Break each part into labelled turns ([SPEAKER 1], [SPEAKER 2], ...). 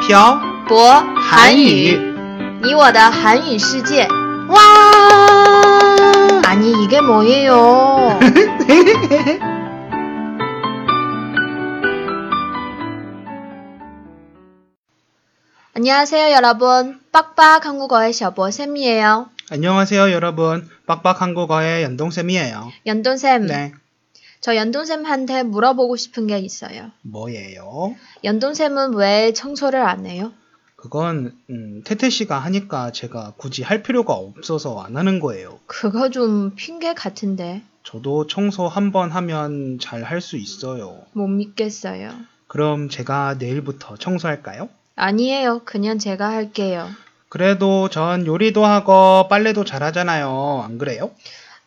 [SPEAKER 1] 漂
[SPEAKER 2] 博韩
[SPEAKER 1] 韩
[SPEAKER 2] 语，
[SPEAKER 1] 语
[SPEAKER 2] 你我的韩语世界。
[SPEAKER 1] 와.
[SPEAKER 2] 아니 이게 뭐예요? 안녕하세요 여러분. 빡빡 한국어의 셔보 쌤이에요.
[SPEAKER 1] 안녕하세요, 여러분. 빡빡 한국어의 연동쌤이에요.
[SPEAKER 2] 연돈쌤.
[SPEAKER 1] 네.
[SPEAKER 2] 저 연돈쌤한테 물어보고 싶은 게 있어요.
[SPEAKER 1] 뭐예요?
[SPEAKER 2] 연돈쌤은 왜 청소를 안 해요?
[SPEAKER 1] 그건 음, 태태 씨가 하니까 제가 굳이 할 필요가 없어서 안 하는 거예요.
[SPEAKER 2] 그거 좀 핑계 같은데
[SPEAKER 1] 저도 청소 한 번 하면 잘 할 수 있어요.
[SPEAKER 2] 못 믿겠어요.
[SPEAKER 1] 그럼 제가 내일부터 청소할까요?
[SPEAKER 2] 아니에요. 그냥 제가 할게요.
[SPEAKER 1] 그래도 전 요리도 하고 빨래도 잘하잖아요. 안 그래요?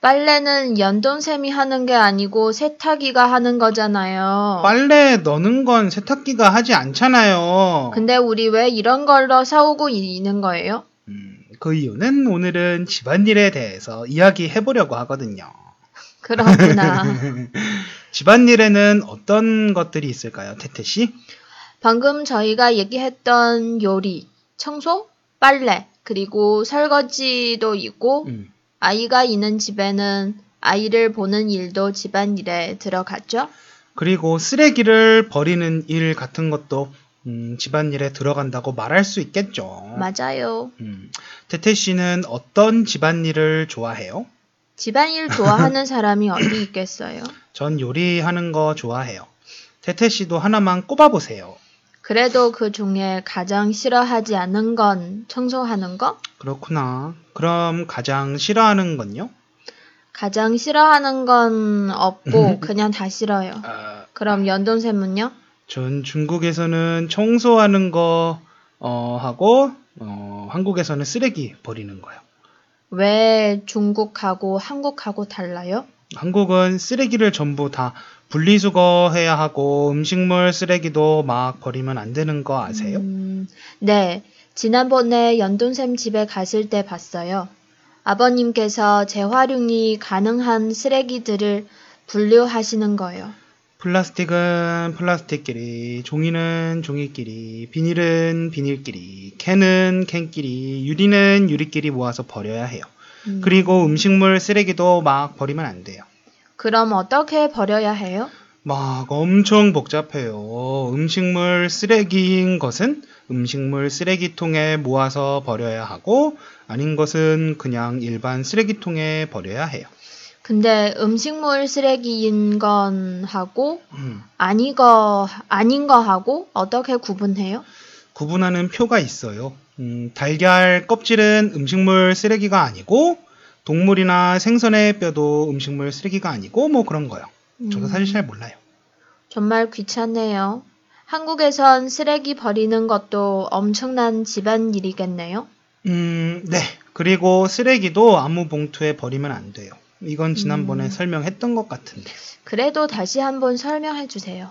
[SPEAKER 2] 빨래는 연돈쌤이 하는 게 아니고 세탁기가 하는 거잖아요.
[SPEAKER 1] 빨래 넣는 건 세탁기가 하지 않잖아요.
[SPEAKER 2] 근데 우리 왜 이런 걸로 싸우고 있는 거예요?
[SPEAKER 1] 음, 그 이유는 오늘은 집안일에 대해서 이야기해보려고 하거든요.
[SPEAKER 2] 그렇구나.
[SPEAKER 1] 집안일에는 어떤 것들이 있을까요, 태태 씨?
[SPEAKER 2] 방금 저희가 얘기했던 요리, 청소, 빨래, 그리고 설거지도 있고,
[SPEAKER 1] 음,
[SPEAKER 2] 아이가 있는 집에는 아이를 보는 일도 집안일에 들어갔죠?
[SPEAKER 1] 그리고 쓰레기를 버리는 일 같은 것도 음, 집안일에 들어간다고 말할 수 있겠죠.
[SPEAKER 2] 맞아요.
[SPEAKER 1] 음, 태태 씨는 어떤 집안일을 좋아해요?
[SPEAKER 2] 집안일 좋아하는 사람이 어디 있겠어요?
[SPEAKER 1] 전 요리하는 거 좋아해요. 태태 씨도 하나만 꼽아보세요.
[SPEAKER 2] 그래도 그 중에 가장 싫어하지 않는 건 청소하는 거?
[SPEAKER 1] 그렇구나. 그럼 가장 싫어하는 건요?
[SPEAKER 2] 가장 싫어하는 건 없고,
[SPEAKER 1] 음.
[SPEAKER 2] 그냥 다 싫어요.
[SPEAKER 1] 아,
[SPEAKER 2] 그럼 연돈샘은요?
[SPEAKER 1] 전 중국에서는 청소하는 거 어, 하고 어, 한국에서는 쓰레기 버리는 거요.
[SPEAKER 2] 왜 중국하고 한국하고 달라요?
[SPEAKER 1] 한국은 쓰레기를 전부 다 분리수거해야 하고 음식물 쓰레기도 막 버리면 안 되는 거 아세요?
[SPEAKER 2] 음, 네. 지난번에 연돈샘 집에 갔을 때 봤어요. 아버님께서 재활용이 가능한 쓰레기들을 분류하시는 거예요.
[SPEAKER 1] 플라스틱은 플라스틱끼리, 종이는 종이끼리, 비닐은 비닐끼리, 캔은 캔끼리, 유리는 유리끼리 모아서 버려야 해요.
[SPEAKER 2] 음,
[SPEAKER 1] 그리고 음식물 쓰레기도 막 버리면 안 돼요.
[SPEAKER 2] 그럼 어떻게 버려야 해요?
[SPEAKER 1] 막 엄청 복잡해요. 음식물 쓰레기인 것은 음식물 쓰레기통에 모아서 버려야 하고, 아닌 것은 그냥 일반 쓰레기통에 버려야 해요.
[SPEAKER 2] 근데 음식물 쓰레기인 건 하고
[SPEAKER 1] 음,
[SPEAKER 2] 아니거 아닌 거 하고 어떻게 구분해요?
[SPEAKER 1] 구분하는 표가 있어요. 음, 달걀 껍질은 음식물 쓰레기가 아니고, 동물이나 생선의 뼈도 음식물 쓰레기가 아니고, 뭐 그런 거요. 저도
[SPEAKER 2] 음.
[SPEAKER 1] 사실 잘 몰라요.
[SPEAKER 2] 정말 귀찮네요. 한국에선 쓰레기 버리는 것도 엄청난 집안일이겠네요.
[SPEAKER 1] 음, 네. 그리고 쓰레기도 아무 봉투에 버리면 안 돼요. 이건 지난번에
[SPEAKER 2] 음.
[SPEAKER 1] 설명했던 것 같은데.
[SPEAKER 2] 그래도 다시 한번 설명해 주세요.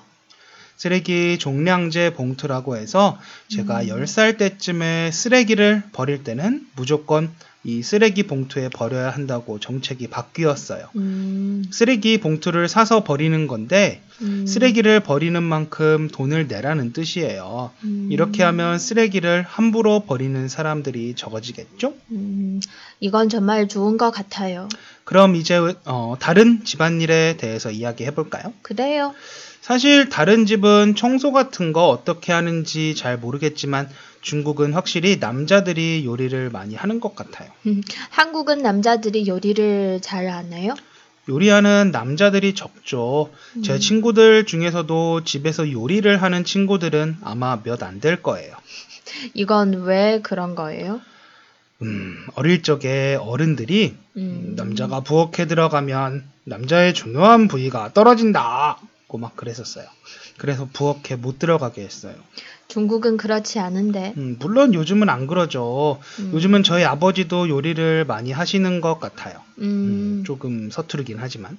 [SPEAKER 1] 쓰레기 종량제 봉투라고 해서 제가
[SPEAKER 2] 음.
[SPEAKER 1] 10살 때쯤에 쓰레기를 버릴 때는 무조건 이 쓰레기 봉투에 버려야 한다고 정책이 바뀌었어요.
[SPEAKER 2] 음,
[SPEAKER 1] 쓰레기 봉투를 사서 버리는 건데
[SPEAKER 2] 음,
[SPEAKER 1] 쓰레기를 버리는 만큼 돈을 내라는 뜻이에요.
[SPEAKER 2] 음,
[SPEAKER 1] 이렇게 하면 쓰레기를 함부로 버리는 사람들이 적어지겠죠?
[SPEAKER 2] 음, 이건 정말 좋은 것 같아요.
[SPEAKER 1] 그럼 이제 어, 다른 집안일에 대해서 이야기해 볼까요?
[SPEAKER 2] 그래요.
[SPEAKER 1] 사실 다른 집은 청소 같은 거 어떻게 하는지 잘 모르겠지만 중국은 확실히 남자들이 요리를 많이 하는 것 같아요.
[SPEAKER 2] 음, 한국은 남자들이 요리를 잘 안 해요?
[SPEAKER 1] 요리하는 남자들이 적죠. 제 친구들 중에서도 집에서 요리를 하는 친구들은 아마 몇 안 될 거예요.
[SPEAKER 2] 이건 왜 그런 거예요?
[SPEAKER 1] 음, 어릴 적에 어른들이
[SPEAKER 2] 음,
[SPEAKER 1] 음, 남자가 부엌에 들어가면 남자의 중요한 부위가 떨어진다. 고막 그랬었어요. 그래서 부엌에 못 들어가게 했어요.
[SPEAKER 2] 중국은 그렇지 않은데.
[SPEAKER 1] 음, 물론 요즘은 안 그러죠.
[SPEAKER 2] 음,
[SPEAKER 1] 요즘은 저희 아버지도 요리를 많이 하시는 것 같아요. 음,
[SPEAKER 2] 음,
[SPEAKER 1] 조금 서투르긴 하지만.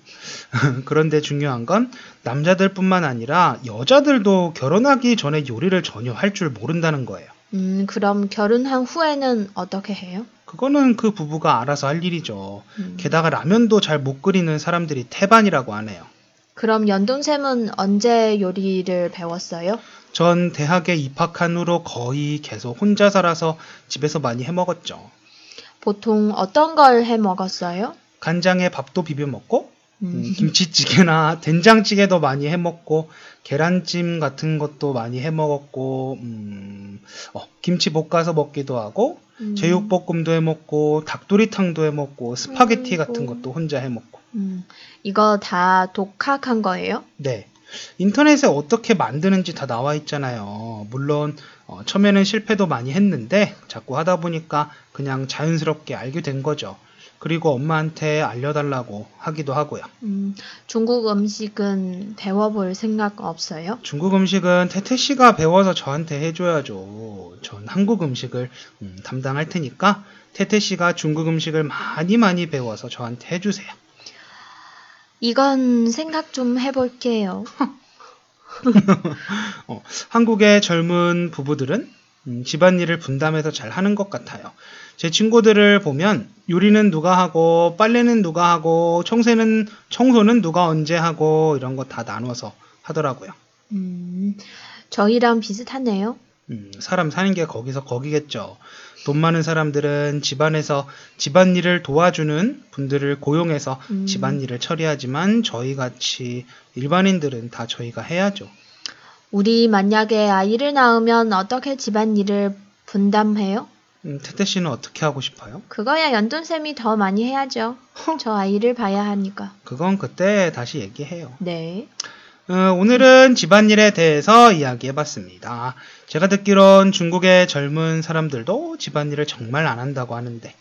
[SPEAKER 1] 그런데 중요한 건 남자들뿐만 아니라 여자들도 결혼하기 전에 요리를 전혀 할 줄 모른다는 거예요.
[SPEAKER 2] 음, 그럼 결혼한 후에는 어떻게 해요?
[SPEAKER 1] 그거는 그 부부가 알아서 할 일이죠.
[SPEAKER 2] 음.
[SPEAKER 1] 게다가 라면도 잘 못 끓이는 사람들이 태반이라고 하네요.
[SPEAKER 2] 그럼 연돈샘은 언제 요리를 배웠어요?
[SPEAKER 1] 전 대학에 입학한 후로 거의 계속 혼자 살아서 집에서 많이 해 먹었죠.
[SPEAKER 2] 보통 어떤 걸 해 먹었어요?
[SPEAKER 1] 간장에 밥도 비벼 먹고 음,
[SPEAKER 2] 음,
[SPEAKER 1] 김치찌개나 된장찌개도 많이 해 먹고 계란찜 같은 것도 많이 해 먹었고 음, 어, 김치 볶아서 먹기도 하고
[SPEAKER 2] 음,
[SPEAKER 1] 제육볶음도 해 먹고 닭도리탕도 해 먹고 스파게티
[SPEAKER 2] 아이고.
[SPEAKER 1] 같은 것도 혼자 해 먹고
[SPEAKER 2] 음, 이거 다 독학한 거예요?
[SPEAKER 1] 네. 인터넷에 어떻게 만드는지 다 나와 있잖아요. 물론 어, 처음에는 실패도 많이 했는데 자꾸 하다 보니까 그냥 자연스럽게 알게 된 거죠. 그리고 엄마한테 알려달라고 하기도 하고요.
[SPEAKER 2] 음, 중국 음식은 배워볼 생각 없어요?
[SPEAKER 1] 중국 음식은 태태 씨가 배워서 저한테 해줘야죠. 전 한국 음식을 음, 담당할 테니까 태태 씨가 중국 음식을 많이 많이 배워서 저한테 해주세요.
[SPEAKER 2] 이건 생각 좀 해볼게요.
[SPEAKER 1] 어, 한국의 젊은 부부들은 음, 집안일을 분담해서 잘 하는 것 같아요. 제 친구들을 보면 요리는 누가 하고 빨래는 누가 하고 청소는 청소는 누가 언제 하고 이런 거 다 나눠서 하더라고요.
[SPEAKER 2] 음, 저희랑 비슷하네요.
[SPEAKER 1] 음, 사람 사는 게 거기서 거기겠죠. 돈 많은 사람들은 집안에서 집안일을 도와주는 분들을 고용해서
[SPEAKER 2] 음.
[SPEAKER 1] 집안일을 처리하지만 저희 같이 일반인들은 다 저희가 해야죠.
[SPEAKER 2] 우리 만약에 아이를 낳으면 어떻게 집안일을 분담해요?
[SPEAKER 1] 음, 태태 씨는 어떻게 하고 싶어요?
[SPEAKER 2] 그거야 연돈쌤이 더 많이 해야죠. 저 아이를 봐야 하니까.
[SPEAKER 1] 그건 그때 다시 얘기해요.
[SPEAKER 2] 네.
[SPEAKER 1] 어, 오늘은 집안일에 대해서 이야기해봤습니다. 제가 듣기론 중국의 젊은 사람들도 집안일을 정말 안 한다고 하는데,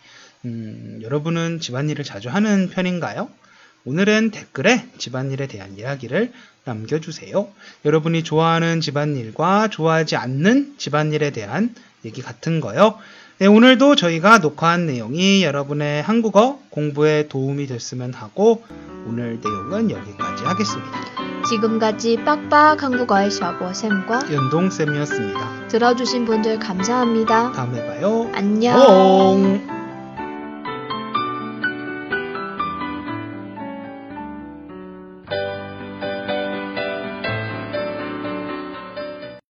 [SPEAKER 1] 음, 여러분은 집안일을 자주 하는 편인가요? 오늘은 댓글에 집안일에 대한 이야기를 남겨주세요. 여러분이 좋아하는 집안일과 좋아하지 않는 집안일에 대한 얘기 같은 거요. 네, 오늘도 저희가 녹화한 내용이 여러분의 한국어 공부에 도움이 됐으면 하고, 오늘 내용은 여기까지 하겠습니다.
[SPEAKER 2] 지금까지 빡빡 한국어의 샤보쌤과
[SPEAKER 1] 연동쌤이었습니다.
[SPEAKER 2] 들어주신 분들 감사합니다.
[SPEAKER 1] 다음에 봐요. 어.
[SPEAKER 2] 안녕.
[SPEAKER 1] 옹!